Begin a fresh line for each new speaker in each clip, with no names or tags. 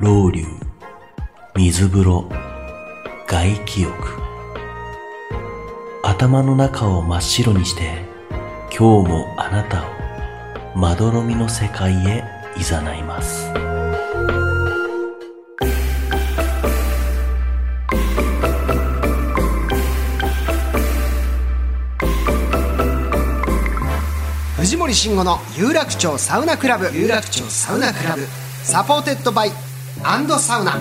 老流水風呂外気浴頭の中を真っ白にして今日もあなたをまどろみの世界へ誘います
藤森慎吾の有楽町サウナクラブ有楽町サウナクラブサポーテッドバイアンドサウナ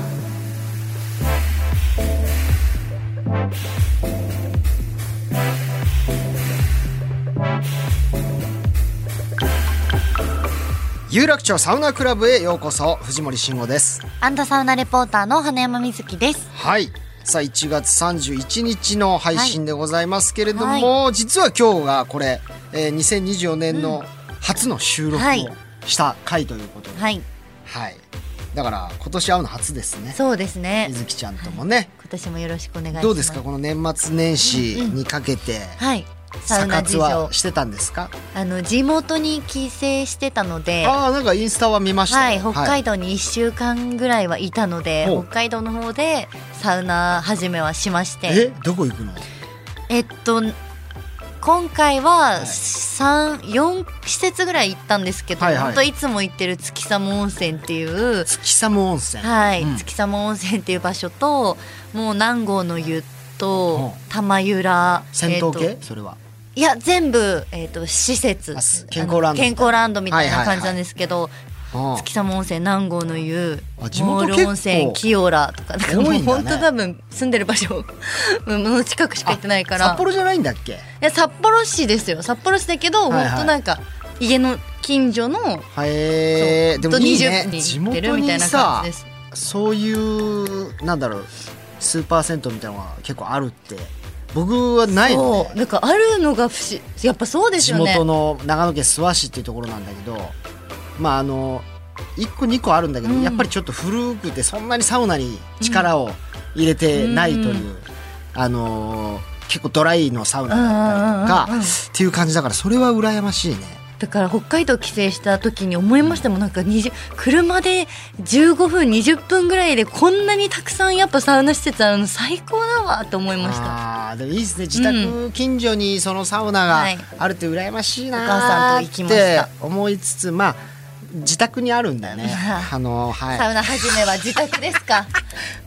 有楽町サウナクラブへようこそ藤森慎吾です
アンドサウナレポーターの花山瑞希です。
はいさあ1月31日の配信でございますけれども、
は
実は今日がこれ、えー、2024年の初の収録を
はい
した回ということで、
はい、
はい。だから今年会うの初ですね。
そうですね
み。ずきちゃんともね。
今年もよろしくお願いします。
どうですかこの年末年始にかけて、
はい。サウ
サ
ナ
カ
事
ツ
情
は。してたんですか？
あの地元に帰省してたので。
ああなんかインスタは見ました
は
よ。
い、北海道に1週間ぐらいはいたので、
ほう
北海道の方でサウナ始めはしまし
はいえ
て
どこ行くの？
えっと今回
い
は三四施設ぐらい行ったんですけど、
はいはい
本当いつも行ってる月寒温泉っていう
月寒温泉。
はい、
うん
月様温泉っていう場所ともう南郷の湯と
う
玉浦
戦闘系、
えーと
それは。
いや全部、えー、と施設
あす健康ランド
あの健康ランドみたい
は
ない
はいはい
感じなんですけ
う
ど、
ん
月様温泉南郷の湯
あ地元
毛
結
量
構
温泉清らとかだからも
多
う
いんだね
本当多分住んでる場所 うんもの近くしか行ってないから
札幌じゃないんだっけ？
いや札幌市ですよ札幌市だけど、
いはい
本当なんか家の近所の
はい、えー、で
そ
も
うと
いい
20
ね
分。に
地
行っ
元
てるみたい
に
な感
さ
じです。
そういうなんだろうスーパー銭湯みたいなのが結構あるって僕はないの、ね
そ。うなんかあるのが不思やっぱそうです
地
よね
元の長野県諏訪市っていうところなんだけどまああの1個2個あるんだけど、
うん
やっぱりちょっと古くてそんなにサウナに力を入れてないという、あのー結構ドライのサウナだったり
う
と
んうんうんう
か
ん
っていう感じだからそれは羨ましいね。
だから北海道帰省した時に思いましたもんなんか20車で15分20分ぐらいでこんなにたくさんやっぱサウナ施設あるの最高だわと思いまし
あ
た
ーでもいいですね自宅近所にそのサウナが
はい
あるって羨ましい
お母さ
なんー
と行き
っ
ましてた
思いつつまあ自宅にあるんだよね。あのはい、
サウナ始めは自宅ですか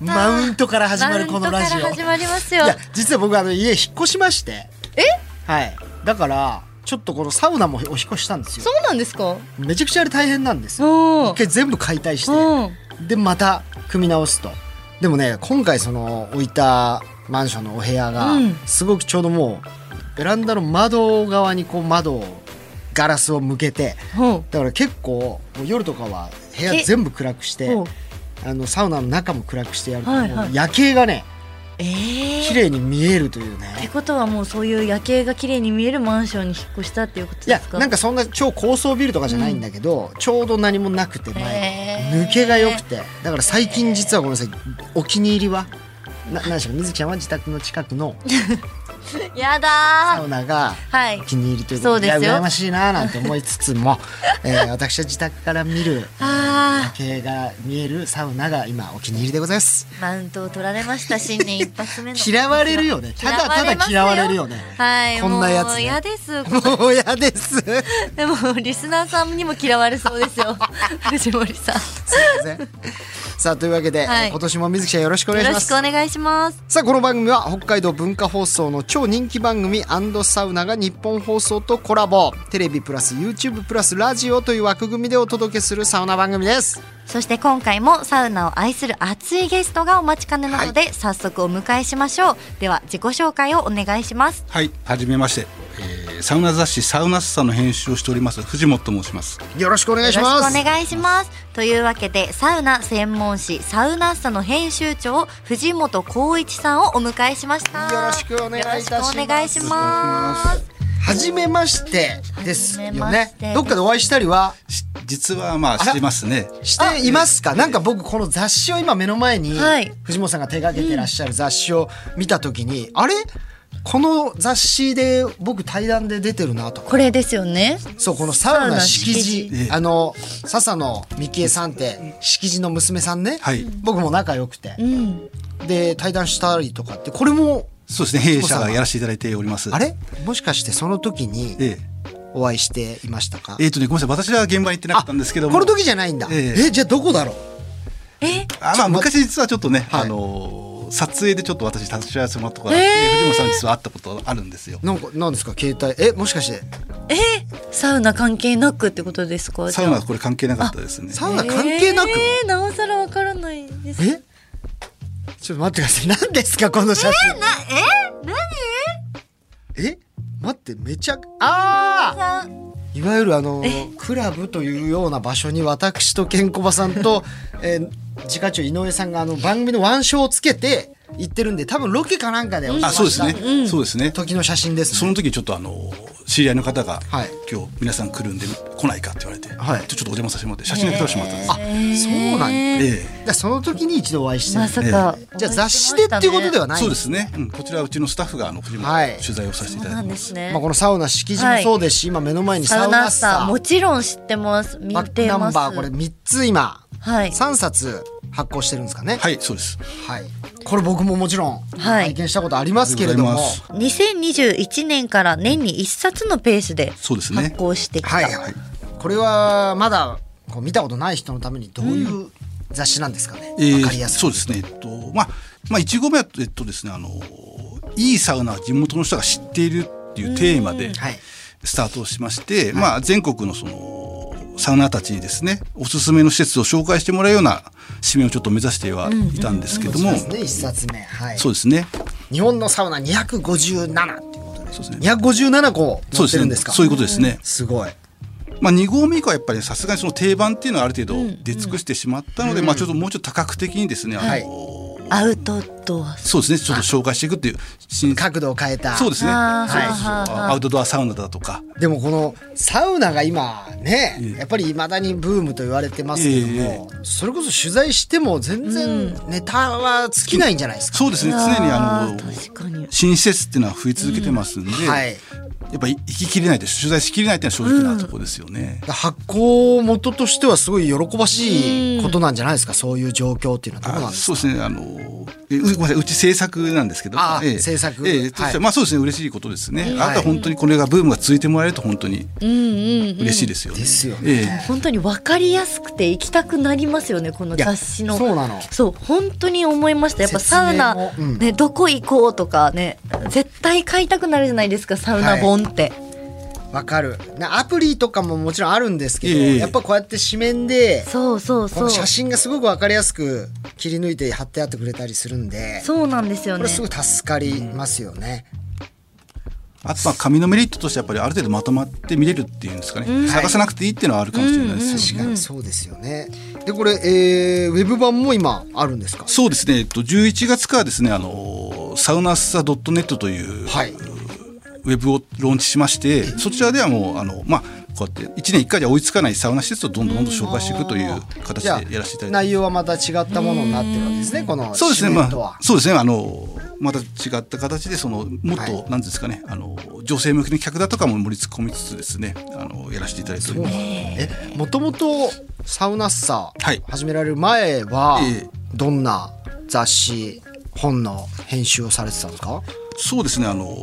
マウントから 始まるこのラジ
マウントか
オ
ら。始まりますよ
いや実は僕あの家引っ越しまして
え
はいだからちょっとこのサウナもお引っ越ししたんですよ
そうなんですか
めちゃくちゃあれ大変なんですよ一
おー
回全部解体し
う
てでまた組み直すとでもね今回その置いたマンションのお部屋が
うん
すごくちょうどもうベランダの窓側にこう窓をガラスを向けて
ほ
だから結構もう夜とかは部屋
え
全部暗くし
う
て
ほう
あのサウナの中も暗くしてやると
はいはい
もう夜景がね
えー
綺麗に見えるというね
ってことはもうそういう夜景が綺麗に見えるマンションに引っ越したっていうこと
い
で
や
すか
なんかそんな超高層ビルとかじゃないんだけど、ちょうど何もなくて前
へー
抜けが良くてだから最近実はごめんなさいお気に入りはな何でしょう水木ちゃんは自宅の近くの
や
サ
だ
ウナが
ーはい
お気に入りということで
そうです
い
よ
や羨ましいなーなんて思いつつ も、えー私は自宅から見る
あー
夜景が見えるサウナが今お気に入りでございます
マウントを取られました新年一発目 の
嫌われるよねただただ嫌われるよね
はい
こんなやつね
もう嫌です
もう嫌ですすい
でもリスナーさんにも嫌われそうで すよ藤森さん
ませんさあというわけで、
はい
今年も水木ちゃんよろしくお願い
よ
し
ろ
ま
し
す
くお願いします
さあこの番組は北海道文化放送の超人気番組サウナが日本放送とコラボテレビプラス YouTube プラスラジオという枠組みでお届けするサウナ番組です
そして今回もサウナを愛する熱いゲストがお待ちかねなので、早速お迎えしましょうでは自己紹介をお願いします
はい、はじめまして、えーーサウナ雑誌サウナスさんの編集をしております藤本と申します
よろしくお願いし
よろ
ま
しく
す
お願いします。というわけで、サウナ専門誌サウナッサの編集長藤本浩一さんをお迎えしました。
よろしくお願いいたします
よろしくお願いします。
はじめましてです
はじめ
よ
まし
ね
て
どっかでお会いしたりは
し実はまあ
あら
してますね
していますかなんか僕この雑誌を今目の前に
はい
藤本さんが手掛けてらっしゃる雑誌を見た時に、あれこの雑誌で僕対談で出てるなと
これですよね。
そうこのサウナ敷
サウナ敷
地あの笹野幹恵さんって敷地の娘さんね、
はい
僕も仲良くて、
うん。
で対談したりとかってこれも
そうですね弊社がやらせていただいております
あれもしかしてその時に
ええ
お会いしていましたか
えーとねごめんなさい私は現場に行ってなかったんですけども
この時じゃないんだえ
ええ
じゃあどこだろう
え、
あまあ昔実はちょっとね、
はい
あのー撮影でちょっと私立ち会わせてもらったことがあって、
えー
藤本さんに実は会ったことあるんですよ
なんかなんですか携帯えもしかして
え、サウナ関係なくってことですか。
サウナはこれ関係なかったですね
サウナ関係なく、
えー、なおさらわからないです。
えちょっと待ってください何ですかこの写真ええ待ってめちゃああ
さ
いわゆるあのクラブというような場所に私とケンコバさんと、えー、自家長井上さんがあの番組の腕章をつけて行ってるんで多分ロケかなんかでお会いしま
あそうで
し
す
た
ね、そうですね
時の写真ですね
その時ちょっとあの知り合いの方が、
はい
今日皆さん来るんで来ないかって言われて、
はい
ちょっとお邪魔させてもらって写真だけ撮らせてもらったんです、
あそうなんだ
え
だからその時に一度お会いしてる
まさか、
じゃあ雑誌でっていうことでは
え
ない
そうですね、うんこちらはうちのスタッフがあの藤本
はい
取材をさせて
そ
い
う
ただ
ないん
てま、
ですすね。
まあ、このサウナ敷地もそうですし、今目の前にサ
サ
ウ
ウ
ナ
ナ
ス
ス
タ
タ
ー
ーもちろん知ってます。見
バック
てます。
ナンバーこれ3つ今、
はい
3冊発行してるんですかね、
はいそうです
はいこれ僕ももちろん
はい
拝見したことありますけれども、
ありがとうござい
2021年から年に一冊のペースで
そうですね
発行してきた、
はい、はい、これはまだこう見たことない人のためにどういう雑誌なんですかね、わ
えー
かりやすく
そうですねえっとまあまあ一合目はえっとですねあのいいサウナは地元の人が知っているっていうテーマで
はい
スタートをしまして、まあ全国のそのサウナーたちにですねおすすめの施設を紹介してもらうような締めをちょっと目指してはいたんですけど
そ
も、
うですね1冊目はい
そうですね
日本のサウナ257っていうことで
そうですね
257個載
そ
ってる
うです
ん
ね
ですか
そういうことですね、
すごい
まあ、2合目以降はやっぱりさすがにその定番っていうのはある程度出尽くしてしまったので、まあ、ちょっともうちょっと多角的にですね、あの
はい
アウトドア
そうですねちょっと紹介していくっていう新
角度を変えた
そうですね、
あー
そう
は
そう
あはあはあ
アウトドアサウナだとか
でもこのサウナが今ね、
ええ
やっぱりいまだにブームと言われてますけども、それこそ取材しても全然ネタは尽きないんじゃないですか、
そうですね常にあの
確かに
新施設っていうのは増え続けてますんで、
はい
やっぱり行ききれないです取材しきれないっていうのは正直なところですよね。
発行元としてはすごい喜ばしいことなんじゃないですか、そういう状況っていうのはどうなん
あ
です
そ
か
うですね、あのえうごめんなさい、うち制作なんですけど、
あ制作
ええとして
はい
はまあそうですね、嬉しいことですね、
はい
あとは本当にこれがブームが続いてもらえると、本当に嬉しいですよね。
ですよね
ええ
本当に分かりやすくて行きたくなりますよねこの雑誌の
いやそうなの
そう本当に思いましたやっぱサウナ、
説明もうん
ねどこ行こうとかね絶対買いたくなるじゃないですかサウナ本って、
わかるなアプリとかももちろんあるんですけど、
ええ
やっぱこうやって紙面で
そうそ
こ
うそ
の
う
写真がすごくわかりやすく切り抜いて貼ってあってくれたりするんで
そうなんですよ
こ
ね
れすごい助かりますよね、
あとまあ紙のメリットとしてやっぱりある程度まとまって見れるっていうんですかね、探さなくていいっていうのはあるかもしれないです
確
よね。
かにそうですよね。でこれ、えー、ウェブ版も今あるんですか。
そうですね、えっと、11月からですね、あのサウナッサ .net という、
はい。
ウェブをローンチしまして、そちらではもう、あのまあ、こうやって1年1回では追いつかないサウナ施設をどんどんどんどん紹介していくという形
じ
で
ゃあ
やらせていただい
内
て。
容はまた違ったものになってるわけですね。この
そうですね、ま
紙面とは
あ、そうですね、あの、また違った形で、その、もっと、
は
ないんていうんですかね、あの、女性向けの客だとかも盛り込みつつですね、あの、やらせていただいております。
えもともとサウナッサ
はい
始められる前は、
ええ
どんな雑誌本の編集をされてたんですか。
そうですね、あの、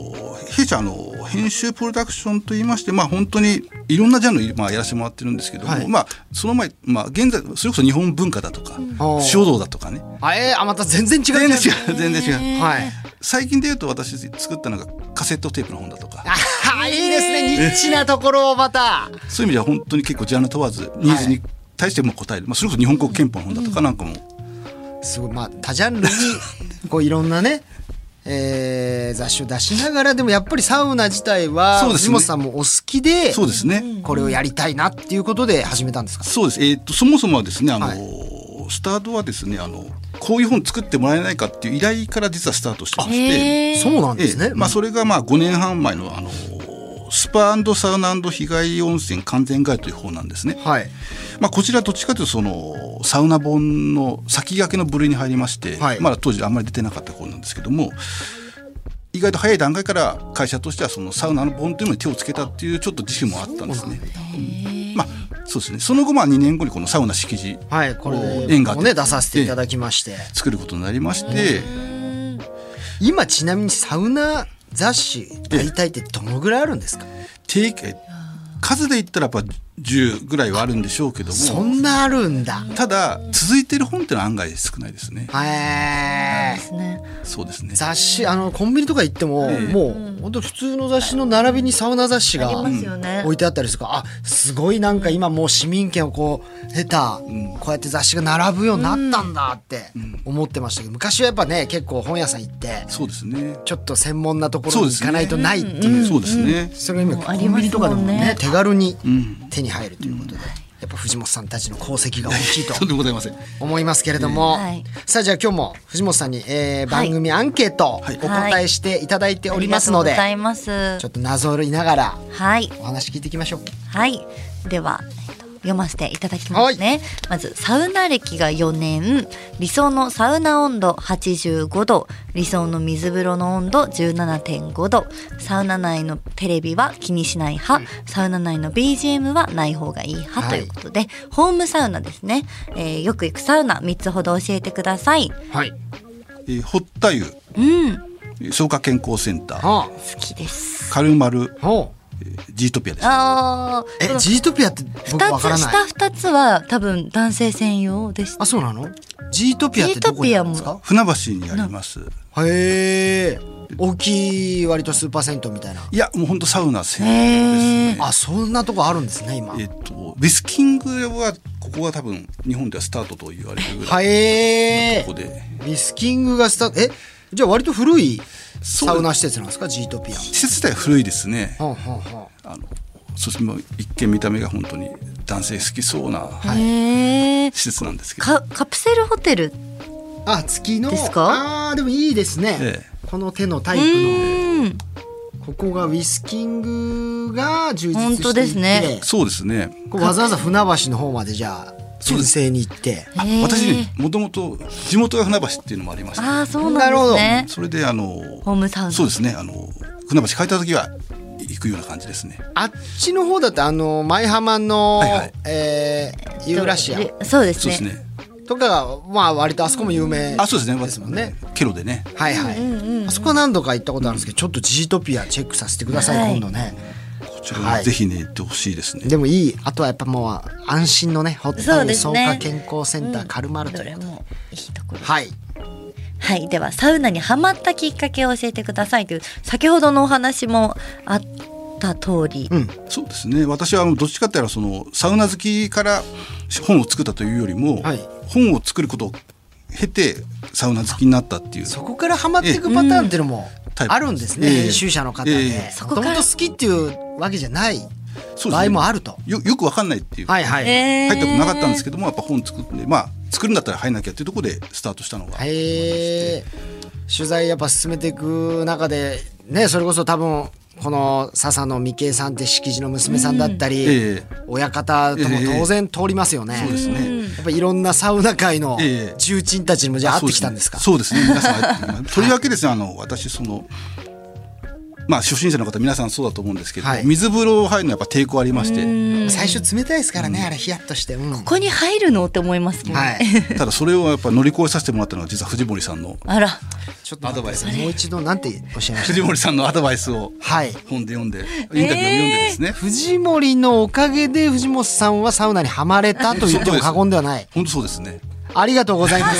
弊社、あの、編集プロダクションと言いまして、まあ、本当にいろんなジャンル、まあ、やらせてもらってるんですけども、
はい
まあ、その前、まあ、現在、それこそ日本文化だとか、書道だとかね、
あえー、あまた全然違う。
全然違う、全然違う。
はい。
最近で言うと私作ったのがカセットテープの本だとか
あははいいですね。ニッチなところをまた。
そういう意味では本当に結構ジャンル問わずニーズに対しても答える、まあ、それこそ日本国憲法の本だとかなんかも、
すごいまあ多ジャンルにこういろんなねえー雑種出しながらでもやっぱりサウナ自体は
そうですね
藤本さんもお好きで
そうですね。
これをやりたいなっていうことで始めたんですか
そうです。えーっとそもそもはですね、あの、
はい
スタートはですね、あのこういう本作ってもらえないかっていう依頼から実はスタートしてまして、
えー
そうなんです
え
ね、
えまあそれがまあ5年半前のあのスパサウナ日帰り温泉完全ガイドという本なんですね。
はい
まあ、こちらどっちかというとそのサウナ本の先駆けの部類に入りまして、
はい
まだ当時あんまり出てなかった本なんですけども意外と早い段階から会社としてはそのサウナの本というのに手をつけたっていうちょっと自負もあったんですね。まあそうですねその後まあ2年後にこのサウナ式辞
はいこれ
縁があっ
も
て
ね出させていただきまして、
作ることになりまして
今ちなみにサウナ雑誌大体ってどのぐらいあるんですか
定期え数で言ったらやっぱ10ぐらいはあるんでしょうけど
そ
も
んなあるんだ
ただ続いてる本ってのは案外少ないですね。
へー
ですね。
そうですね
雑誌あのコンビニとか行っても、もう本当普通の雑誌の並びにサウナ雑誌が
ありますよね
置いてあったりするからあすごいなんか今もう市民権をこう経た、こうやって雑誌が並ぶようになったんだって思ってましたけど昔はやっぱね結構本屋さん行って
そうですね
ちょっと専門なとこ
そ
ろ
う
に
です
行
ね
かないとないっていうそ
そうですね
れが今
もう
コ
あ
ン
りますもん
ビ
ね
ニとかでもね手軽に手に入るということで、やっぱ藤本さんたちの功績が大きいと
とんでもございません
思いますけれども、
はい
さあじゃあ今日も藤本さんに、えー
はい
番組アンケートお
はい
答えしていただいておりますので、
ありがとうございます
ちょ。っとなぞりながら
はい。
お話聞いていきましょう。
はい。では、えっと読ませていただきますね。まず、サウナ歴が4年、理想のサウナ温度85度、理想の水風呂の温度17.5度、サウナ内のテレビは気にしない派、サウナ内の BGM はない方がいい派
はい
ということで、ホームサウナですね、えーよく行くサウナ3つほど教えてください。
はい。
えー、堀田湯、草加健康センター、
は
好きです。
カルマル
あ。ほう。
えージートピアです。
あー
え、
この
ジートピアって僕わから
二つ
ない。
下二つは多分男性専用でした
あ、そうなの？ジートピアってどこにあるんですか？
船橋にあります。
へえ。大きい割とスーパー銭湯みたいな。
いや、もう本当サウナ専用
へ
で
ー
すね。
あ、そんなとこあるんですね今。
えっ、と、ビスキングは、ここが多分日本ではスタートと言われるぐら。
はいえ
ここ。で。
ミスキングがスタート。え、じゃあ割と古いサウナ施設なんですか？ジートピア。
施設自体は古いですね。
はあはあはあ。
あの、そうですね。もう一見見た目が本当に男性好きそうな
へえ。
施設なんですけど。
かカプセルホテル。
あ月の
ですか
あーでもいいですね、
え
この手のタイ
う
プ
ん。
のここがウィスキングが充実していて
本当ですね
そうですね。
こうわざわざ船橋の方までじゃあ
そうで
遠
す
征に行って
あ
へー
私ね、もともと地元が船橋っていうのもありまして。
ああそうなんですね。
それであの
ホームサウナ
そうですねあの船橋帰った時は行くような感じですね
あっちの方だってあの舞浜の、
はいはい
えーユーラシア
ア。そうです
そう
ね。
ですね
とかがまあ割とあそこも有名
あそうですね
ですもんね
ケロでね
はいはい、あそこは何度か行ったことあるんですけどちょっとジートピアチェックさせてください、
はい
今度ね
こちら
は
も
い
ぜひね行ってほしいですね、
でもいいあとはやっぱもう安心のねホッ
そ
タ
う
ル
です
草
ね
加健康センター、カルマルと
ど
い
れ
うことで
もいいところ。
はい
はい、ではサウナにハマったきっかけを教えてくださいという先ほどのお話もあった通り。
そうですね私はあのどっちかっていうとそのサウナ好きから本を作ったというよりも、
はい
本を作ることを経てサウナ好きになったっていう
そこからハマっていくパターンっていうのも
ええ
あるんですね、
タイプ
編集者の方で、
ええ
そ
も
ことか
も
ら
と好きっていうわけじゃない
そうですね
場合もあると、
よよくわかんないっていう、
はいはい、
えー
入ったことなかったんですけどもやっぱ本作ってまあ作るんだったら入んなきゃっていうところでスタートしたのが、
へえ取材やっぱ進めていく中でねそれこそ多分この笹野美恵さんって敷地の娘さんだったり、
うんええ
親方とも当然通りますよね、
そうですね、
やっぱいろんなサウナ界の
ええ
重鎮たちにもじゃあ会ってきたんですか、
そうですね。そうですね 皆さん会ってきますとりわけですね、あの私その。まあ初心者の方皆さんそうだと思うんですけど、
はい
水風呂入るのやっぱ抵抗ありまして、
最初冷たいですからね、あれヒヤッとして、うん
ここに入るのって思いますもんね。
はい
ただそれをやっぱ乗り越えさせてもらったのは実は藤森さん の
あら、
ちょっと待ってくださいもう一度なんておっしゃいました
藤森さんのアドバイスを
はい
本で読んで、インタビューで読んでですね。
藤森のおかげで藤本さんはサウナにはまれたと言っても過言ではない。
本当そうですね。
ありがとうございます。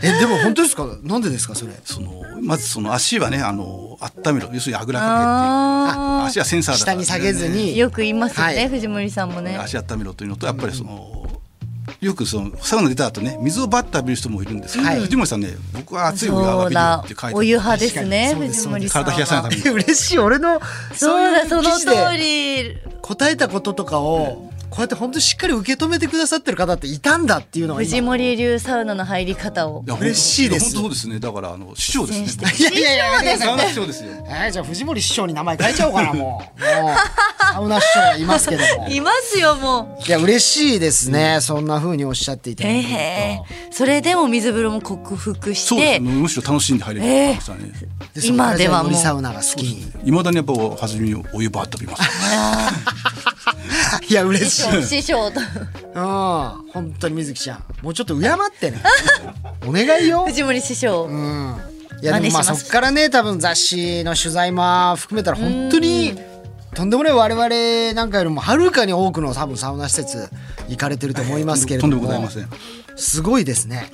え、でも本当ですかなんでですかそれ。
そのまずその足はねあの温めろ要するにあぐらかけっていう
あ
足はセンサーだか
下
ら、
に下げずに。
ーよく言いますよね、
はい
藤森さんもね。
足温めろというのとやっぱりその、よくそのサウナ出た後ね水をバッと浴びる人もいるんですけど、
はい
藤森さんね僕は熱いお湯を
そう
浴びる
だ
って書いてある
お湯派ですね
確かに
藤森さんは
体冷やさないために
嬉しい俺の
そうだそ
い
の
記事で
通り
答えたこととかをこうやって本当にしっかり受け止めてくださってる方っていたんだっていうのが今
藤森流サウナの入り方を
いや本当
嬉しいです
や本当そうですねだからあの師匠ですね
先
いやいやいやいやいや
サウナ師匠ですよ
えー、じゃあ藤森師匠に名前変えちゃおうかなもうもうサウナ師匠がいますけども
いますよも
いや嬉しいですねそんな風におっしゃっていた
う
だ
え
いて、
えそれでも水風呂も克服し
そうです
て
ねむしろ楽しんで入れるましたね
でそこから
今ではもう
じゃあ森サウナが好きに
いまだにやっぱ初めにお湯バッと浴びます
いや嬉しいうん
師 匠と
本当に水木ちゃんもうちょっと敬って ねお願いよ
藤森師匠、
いやでもまあ
真似し
そ
ます
こからね多分雑誌の取材も含めたら本当にとんでもない我々なんかよりもはるかに多くの多分サウナ施設行かれてると思いますけれ
と
ど
ん
も
でもございません
すごいですね。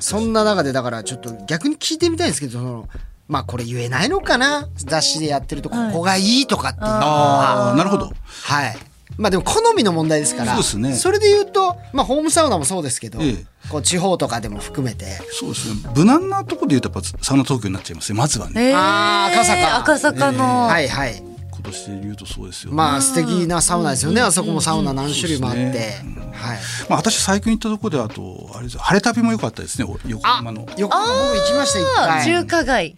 そんな中でだからちょっと逆に聞いてみたいんですけどそのまあこれ言えないのかな雑誌でやってるとここがいいとかっていうのは、
ああなるほど
はいまあでも好みの問題ですから
そうですね
それで言うと、まあ、ホームサウナもそうですけど、
ええ
こう地方とかでも含めて
そうですね無難なところで言うとやっぱサウナ東京になっちゃいますねまずはね
えー
あー赤坂
赤坂の、
はいはい
今年で言うとそうですよね
まあ素敵なサウナですよね、あそこもサウナ何種類もあって、
そうです
はい
まあ私最近行ったところであとあれです晴れ旅も良かったですねお横浜の
横浜僕行きました一
あ
回
中華街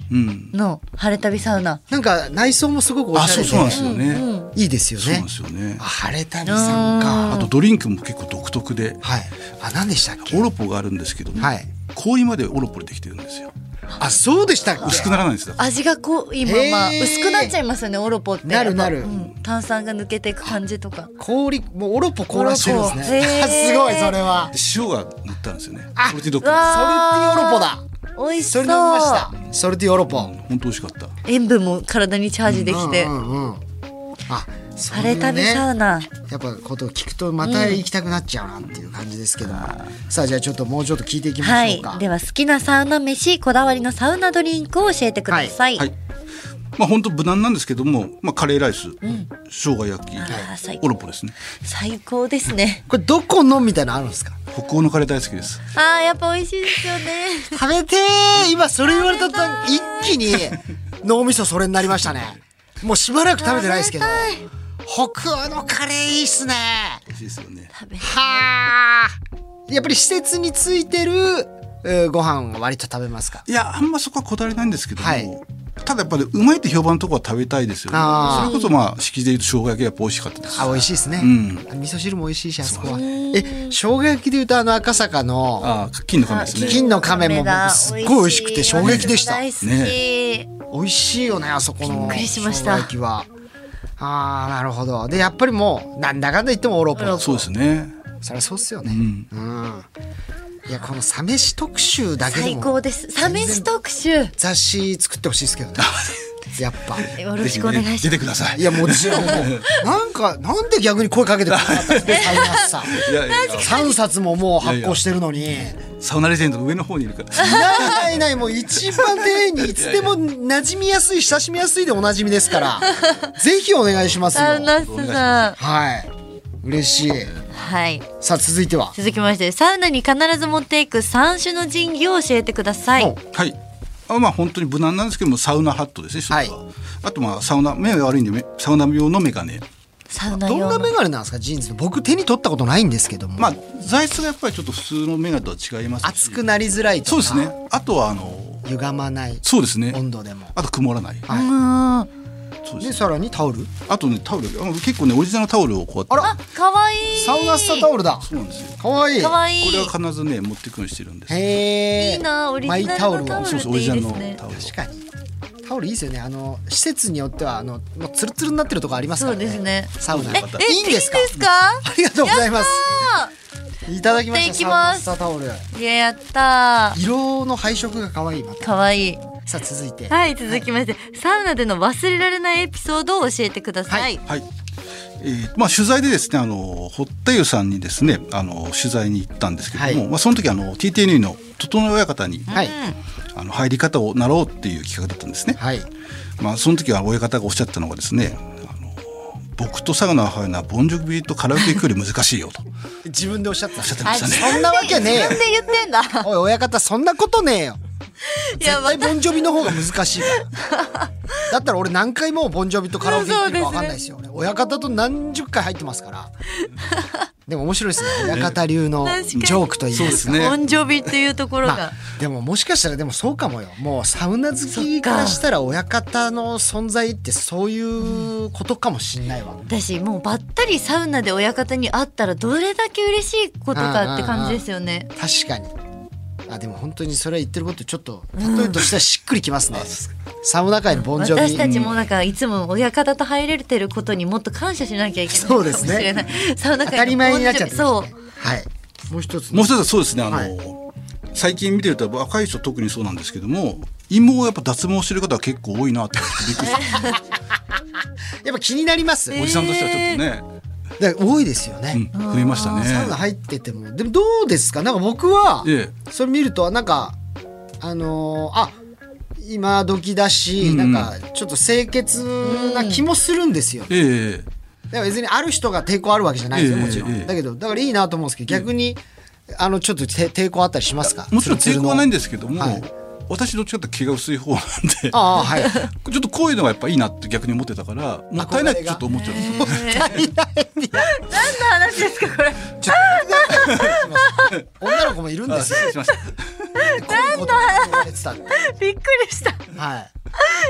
の晴れ旅サウナ、
なんか内装もすごくお
あ
しゃ
そう
れ
そうなんで
です
よね
いいですよ
そうなん
ね
ですよね
あ晴れたりさんか
あとドリンクも結構独特で
はいあ何でしたっけ
オロポがあるんですけども
はい
氷までオロポでできてるんですよ
あそうでしたっけ
薄くならないんですよ
味がこう今まあ
へー
薄くなっちゃいますよねオロポって
なるなる
やっぱうん炭酸が抜けていく感じとか
氷もうオロポ凍らしてるんですね
オロポへー
すごいそれは
で塩が塗ったんですよねソルティドッ
ソル
グ
ティオロポだ
美味し
そ
そう
れ飲みましたソルティオロポ、
本当美味しかった
塩分も体にチャージできて、
あそ
晴れ旅サウナ
やっぱことを聞くとまた行きたくなっちゃうなっていう感じですけども、さあじゃあちょっともうちょっと聞いていきま
は
しょ
いう
か、
では好きなサウナ飯こだわりのサウナドリンクを教えてください、
はいまあ本当無難なんですけども、まあ、カレーライス、生姜焼き
ー最高
オロポですね
最高ですね
これどこのみたいなのあるんですか
北欧のカレー大好きです
あーやっぱ美味しいですよね
食べてー今それ言われたと一気に脳みそそれになりましたねもうしばらく食べてないですけど北欧のカレーいいっすね
美味しいですよね
食べ
はあやっぱり施設についてるえーご飯は割と食べますか
いやあんまそこはこだわりないんですけども、
はい
ただやっぱりうまいって評判のとこは食べたいですよね
あー
それこそまあ敷地でいうと生姜焼きがやっぱ美味しかったです
あ美味しいですね、味噌汁も美味しいしあそこはえ生姜焼きでいうとあの赤坂の
あー金の亀ですね
金の亀も
これが
僕すっごい美味しくて衝撃でした
大好き、
美味しいよねあそこの
びっくりしました
生姜焼きはあーなるほどでやっぱりもうなんだかんだ言ってもオロポ
そうですね
そりゃそうっすよねうん、いやこの「サメシ特集」だけで
最
も
高ですサメシ特集よ
雑誌作ってほしいですけどねやっぱ
ろしくお願いします、
ぜひね出てください
いやもちろんもうなんかなんで逆に声かけてくれなかったんですかサウナスさん
いやいや
3冊ももう発行してるのにい
サウナレジェンドの上の方にいるから
ないないないもう一番丁寧にいつでも馴染みやすい親しみやすいでおなじみですからぜひお願いしますよ
サウナスさん
はい嬉しい
はい
さあ続いては
続きましてサウナに必ず持っていく三種の神器を教えてください
お
はい。あまあ本当に無難なんですけどもサウナハットですね一つは、
はい
あとまあサウナ目が悪いんでめサウナ用のメガネ
サウナ
どん
用
な
の
メガネなんですかジーンズの僕手に取ったことないんですけども
まあ材質がやっぱりちょっと普通のメガネとは違いますし
熱くなりづらいとか
そうですねあとはあの
歪まない
そうですね
温度でも
あと曇らない、
はい
そうです
で
ね
さらにタオル
あとねタオルあの結構ねオリジナルのタオルをこうやって
あら
あ可愛い
サウナスタタオルだ
そうなんですよこ
かわいい
かわいい
れは必ずね持ってくようにしてるんです
へえ
いいなオリジナルのタオル
そ
っ
うそ
て
うオリ
い
ジ
いです
ナルの
ね
タオルを
確かにタオルいいですよねあの施設によってはあのもうツルツルになってるとこありますか
そ
ら
う
ね
ですね
サウナ
え
い
え
いんですか
いいんですか
ありがとうございます
あ
いただきました
いってきます
サウナスタタオル
ーいややった
色の配色が可愛いまた
ー可愛い
さあ続いて
はい続きまして、サウナでの忘れられないエピソードを教えてください、
はい
はい。えーまあ、取材でですねあの堀田湯さんにですねあの取材に行ったんですけれども、
はい
まあ、その時あの TTNU の整え親方に、
はい
あの入り方を習おうっていう企画だったんですね、
はい
まあ、その時は親方がおっしゃったのがですねあの僕とサウナを入るのはボンジョビーとカラオケ行くより難しいよと
自分でおっしゃった
おっしゃってま
あ
したね。
そんなわけねえよ
自分で言ってんだ
おい親方そんなことねえよ
いや
絶対ボンジョビの方が難しいから だったら俺何回もボンジョビとカラオケ行ってるか分かんないですよ俺親方と何十回入ってますからでも面白いです ね親方流のジ
確かに
ョークといい
そう
ま
ですす
か
ね
ボ。ンジョビっていうところが、
まあ、でももしかしたらでもそうかもよもうサウナ好きからしたら親方の存在ってそういうことかもしんないわ、
私もうばったりサウナで親方に会ったらどれだけ嬉しいことかって感じですよね。
確かにあでも本当にそれは言ってることちょっと例えとしてはしっくりきます ね、サウナ界のボンジョビ
私たちもなんかいつも親方と入れてることにもっと感謝しなきゃいけないか
そう
も
です
し
ね
れない。サウナ
当た
界
り
のボ
前
ンジョビ
になっちゃってますね
そう。
はいもう一つ
もう一つはそうですね、あの、
はい
最近見てると若い人特にそうなんですけども、陰毛をやっぱ脱毛してる方は結構多いなってびっくりした。
やっぱ気になります、
おじさんとしてはちょっとね、
だから多いですよね、
うん、増えましたね。
サウナ入っててもでもどうですかなんか僕は
え
それ見るとなんかあのーあ今時だし、なんかちょっと清潔な気もするんですよ、だ
え、ええ、
から別にある人が抵抗あるわけじゃないですよ
ええ
もちろん、
ええ
だけどだからいいなと思うんですけど逆に、あのちょっとて抵抗あったりしますか
もちろん抵抗はないんですけども、
はい
私どっちかっていうと毛が薄い方なんで、 ちょ
ああはい
っとこういうのがやっぱいいなって逆に思ってたから、もったいないってちょっと思っちゃうんですよ。
何の話ですかこれ。
女の子もいるんで
あ
す
失
よ
礼しました。
何の話たって
びっくりした。
は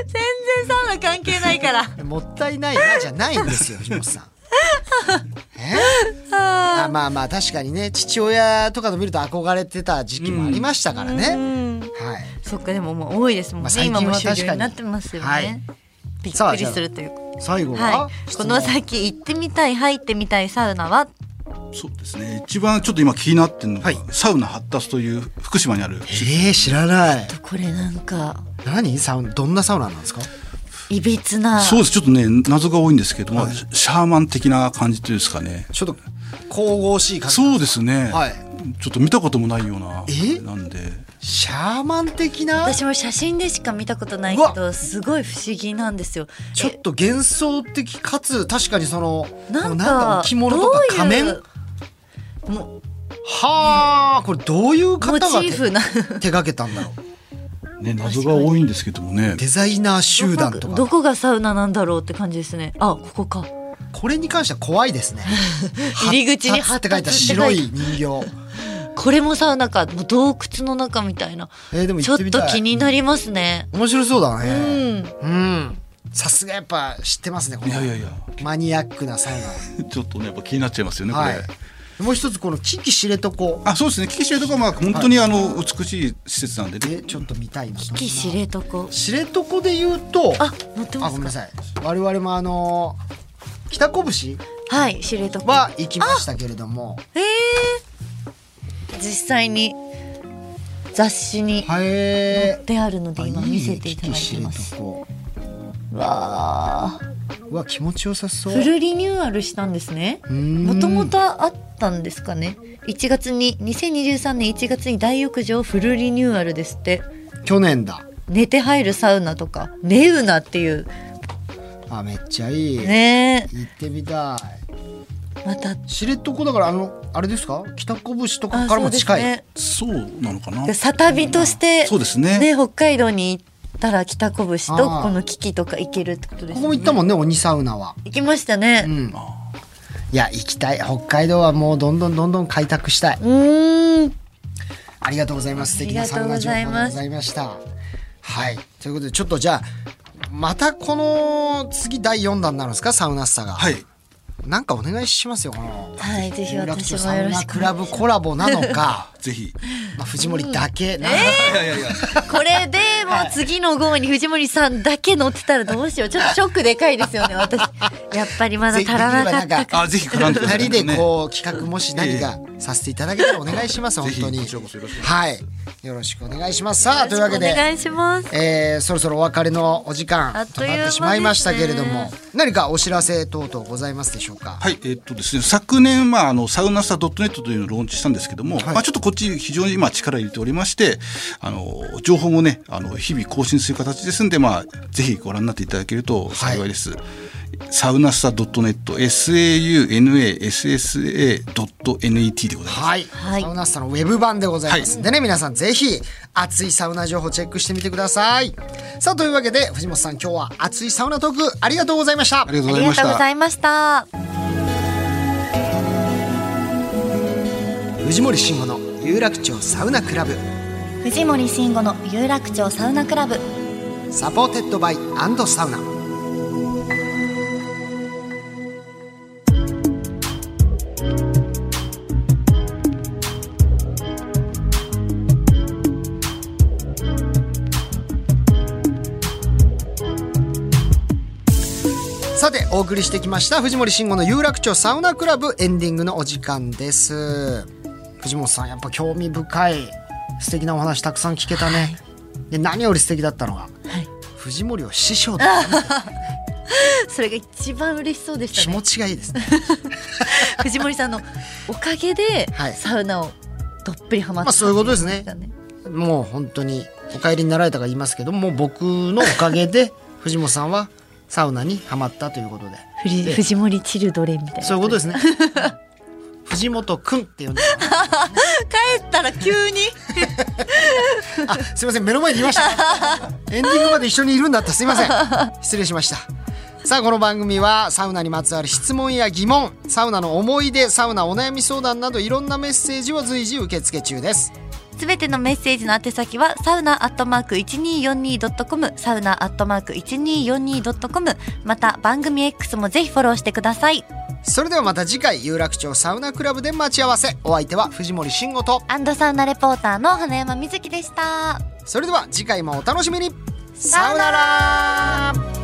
全然サウナ関係な いから。
いもったいないなじゃないんですよ藤本さ んえあまあまあ確かにね父親とかの見ると憧れてた時期もありましたからね、はい
そっかでももう多いですもん
まあ
ね。
最近は
今もう主
確
流
かに
になってますよね。
はい
びっ
さ
く
あじ
り
ゃあ
するというか。
最後は、
はい。この
質問
先行ってみたい入ってみたいサウナは。
そうですね。一番ちょっと今気になってるのが、
はい
サウナ発達という福島にある。
えー、知らない
これなん か
何サウナどんなサウナなんですか
いびつな。
そうです。ちょっとね、謎が多いんですけども、シャーマン的な感じというんですかね。
ちょっと神々しい感じ
そうですね、
はい
ちょっと見たこともないような
え
なんで
シャーマン的な
私も写真でしか見たことないうけ
わ
どすごい不思議なんですよ。
ちょっと幻想的かつ確かにその
なんか
だ置物とか仮面
どうえも
はあこれどういう方
モチ
が手
ー フな
手がけたんだろう
ね謎が多いんですけどもね
デザイナー集団とか
どこどこがサウナなんだろうって感じですね。あここか。
これに関しては怖い ですね
入り口に
発達って書いた白い人形
これもサウナかもう洞窟の中みたいな。
えーでも
ち
行
ょ
っ
って
みたい
と気になりますね。
面白そうだ
う
ね
ん。
うんさすがやっぱ知ってますねこ
い
の
やいやいや
マニアックなサウ
ちょっとねやっぱ気になっちゃいますよね
ナ
これ、
はいもう一つこのキキ知床
あそうですね紀州とかまあ本当にあの美しい施設なんでね、
えちょっと見たいな
木知床。
知床で言うと
あ乗って
あ
ま
ごめ
す
んな
か。
さい我々もあのー北拳
はい知床。
は行きましたけれども
えー、実際に雑誌に
はえ
であるので
ー
今見せていただいてます。
いい知床
わあ。
うわ気持ちよさそう
フルリニューアルしたんですね
ん
もともとあったんですかね1月に2023年1月に大浴場フルリニューアルですって
去年だ
寝て入るサウナとか寝ウナっていう
あめっちゃいい、
ね
行ってみたい
また
知床だからあのあれですか北拳とか
あ
から
そ
も
うです
近い、
ね
そうなのかな
でサタビとして
そうですね
北海道に行ったら北拳と
あー
このキキとか行けるってことで
こ
す
こも
ね
行ったもんね鬼サウナは
行きましたね
うんいや行きたい北海道はもうどんどんどんどん開拓したいう
ーん
ありがとうございます。素
あ
敵
り
な
がと
サウ
うご
ナ情報
ざ
で
います
ございました。はい。ということで、ちょっとじゃあ、またこの次第4弾になるんですか、サウナスタが。
はい
なんかお願いしますよ、この。
はいぜひ
有楽
私
町
も
サ
よ
ウ
ろ
ナ
しく
ク
お願
ラブ
いします
コラボなの か、
ぜひい
まあ、藤森だけなの
やいやいや
これでもう次の号に藤森さんだけ乗ってたらどうしようちょっとショックでかいですよね私やっぱりまだ足らなかったか
あぜひ絡んでくださ
二
い
人でこう企画もし何か
え
させていただけたらお願いします、本
ぜひ
当に。
こちらこそよろしくお
はい。よろしくお願いします。さあ、というわけ
お
で、
願いします
えーそろそろお別れのお時間
あっ
と
という間
なってしまいましたけれども、
です
何かお知らせ等々ございますでしょうか。
はい、えーっとですね、昨年、まあ、あの、サウナスタ .net というのをローンチしたんですけども、
はい
まあ、ちょっとこっち非常に今力入れておりまして、あの、情報もね、あの、日々更新する形ですんで、まあ、ぜひご覧になっていただけると幸いです。サウナスタ .net、saunassa.net でございます。
はい、
はい
サウナスタのウェブ版でございますんでね、皆さんぜひ熱いサウナ情報チェックしてみてくださいさあというわけで藤本さん今日は熱いサウナトークありがとうございました
ありがとう
あ
ご
り
ざい
がと
まし
うご
た
ざ。いました。
藤森慎吾の有楽町サウナクラブ
藤森慎吾の有楽町サウナクラブ。
サポーテッドバイサウナさてお送りしてきました藤森慎吾の有楽町サウナクラブエンディングのお時間です藤本さんやっぱ興味深い素敵なお話たくさん聞けたね、で何より素敵だったのが藤森を師匠だと
それが一番嬉しそうでし
気
たね。
持ちがいいですね
藤森さんのおかげで
はい
サウナをどっぷりハマった。
まあそういうことですね
ね
もう本当にお帰りになられたから言いますけどもう僕のおかげで 藤本さんはサウナにはまったということで
ふり藤森チルドレンみたいな。
そういうことですね 藤本くんって呼んでた
帰ったら急に
あすいません目の前にいましたねエンディングまで一緒にいるんだったすいません失礼しましたさあこの番組はサウナにまつわる質問や疑問サウナの思い出サウナお悩み相談などいろんなメッセージを随時受付中です
すべてのメッセージの宛先はサウナアットマーク一二四二ドットコム、サウナアットマーク一二四二ドットコム。また番組 X もぜひフォローしてください。
それではまた次回有楽町サウナクラブで待ち合わせお相手は藤森慎吾と
アンドサウナレポーターの花山瑞希でした。
それでは次回もお楽しみにさようなら